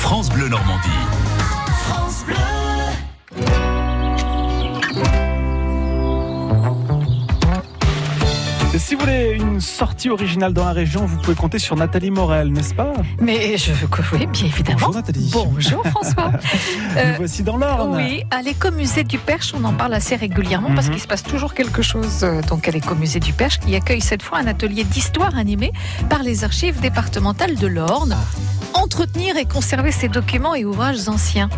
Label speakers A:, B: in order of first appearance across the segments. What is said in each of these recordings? A: France Bleu Normandie.
B: France Bleu.
C: Si vous voulez une sortie originale dans la région, vous pouvez compter sur Nathalie Morel, n'est-ce
D: Ah
C: pas
D: Mais je veux que oui, bien évidemment.
C: Bonjour Nathalie.
D: Bonjour, François. Euh,
C: Nous voici dans l'Orne.
D: oui, à l'écomusée du Perche, on en parle assez régulièrement parce
C: Mhm.
D: qu'il se passe toujours quelque chose. euh, Donc à l'écomusée du Perche, qui accueille cette fois un atelier d'histoire animé par les archives départementales de l'Orne.
C: Ah.
D: Entretenir et conserver ces documents et ouvrages anciens.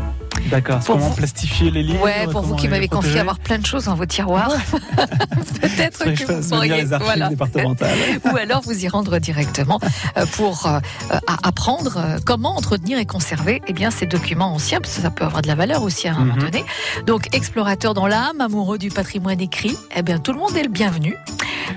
C: D'accord.
D: Pour
C: Comment
D: vous-
C: plastifier les livres
D: ouais, pour vous
C: comment
D: qui
C: les
D: m'avez confié
C: protéger
D: avoir plein de choses dans vos tiroirs, peut-être
C: Faudrait que
D: que
C: je fasse
D: vous
C: venir
D: pourriez.
C: les archives
D: voilà.
C: départementales.
D: ou alors vous y rendre directement euh, pour euh, euh, à- apprendre euh, comment entretenir et conserver eh bien, ces documents anciens, parce que ça peut avoir de la valeur aussi hein, à un moment
C: Mhm.
D: donné. Donc, explorateur dans l'âme, amoureux du patrimoine écrit, eh bien, tout le monde est le bienvenu.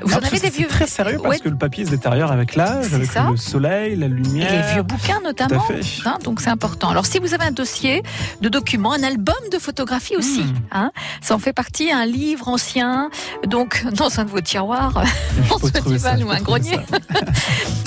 D: Vous
C: Ah,
D: en
C: parce
D: avez
C: que
D: des
C: c'est
D: vieux...
C: Très sérieux parce
D: Ouais.
C: que le papier se détériore avec l'âge,
D: C'est
C: avec
D: ça.
C: le soleil, la
D: Et
C: lumière.
D: les vieux bouquins
C: Tout à
D: notamment,
C: fait.
D: hein, donc c'est important. Alors si vous avez un dossier de documents, un album de photographies aussi,
C: Mhm.
D: hein, ça en fait partie, un livre ancien, donc dans un de vos tiroirs,
C: Je
D: pense
C: peux
D: que
C: trouver
D: tu vas
C: ça, je
D: nous
C: peux
D: un
C: trouver
D: grenier.
C: ça.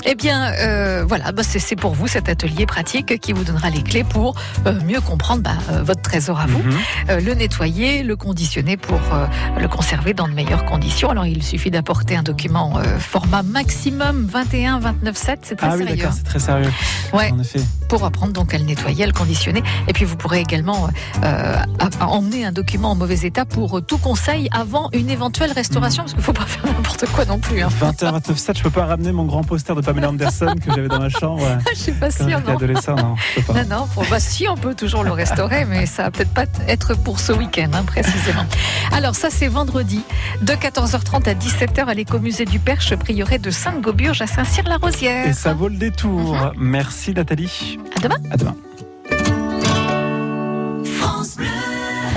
D: Eh bien, euh, voilà, bah, c'est c'est pour vous cet atelier pratique qui vous donnera les clés pour euh, mieux comprendre bah, euh, votre trésor à vous,
C: Mhm.
D: euh, le nettoyer, le conditionner pour euh, le conserver dans de meilleures conditions. Alors, il suffit d'apporter un document euh, format maximum 21, 29, 7, c'est très
C: Ah oui,
D: sérieux
C: d'accord, c'est très sérieux.
D: Ouais.
C: En effet.
D: pour apprendre donc à le nettoyer, à le conditionner. Et puis vous pourrez également euh, à- à emmener un document en mauvais état pour euh, tout conseil avant une éventuelle
C: Mhm.
D: restauration, parce qu'il ne faut pas faire n'importe quoi non plus. Hein.
C: 21 29 7 je peux pas ramener mon grand poster de Pamela Anderson que j'avais dans ma chambre euh,
D: Je suis pas
C: quand
D: sûre,
C: j'étais
D: non.
C: adolescent. Non, je peux pas.
D: Non, non, pour- bah, si on peut toujours le restaurer, mais ça va peut-être pas être pour ce week-end, hein, précisément. Alors ça, c'est vendredi, de 14h30 à 17h à l'écomusée du Perche, prieuré de Sainte-Goburge à Saint-Cyr-la-Rosière.
C: Et ça vaut le détour. Merci Nathalie.
D: À demain.
C: À demain.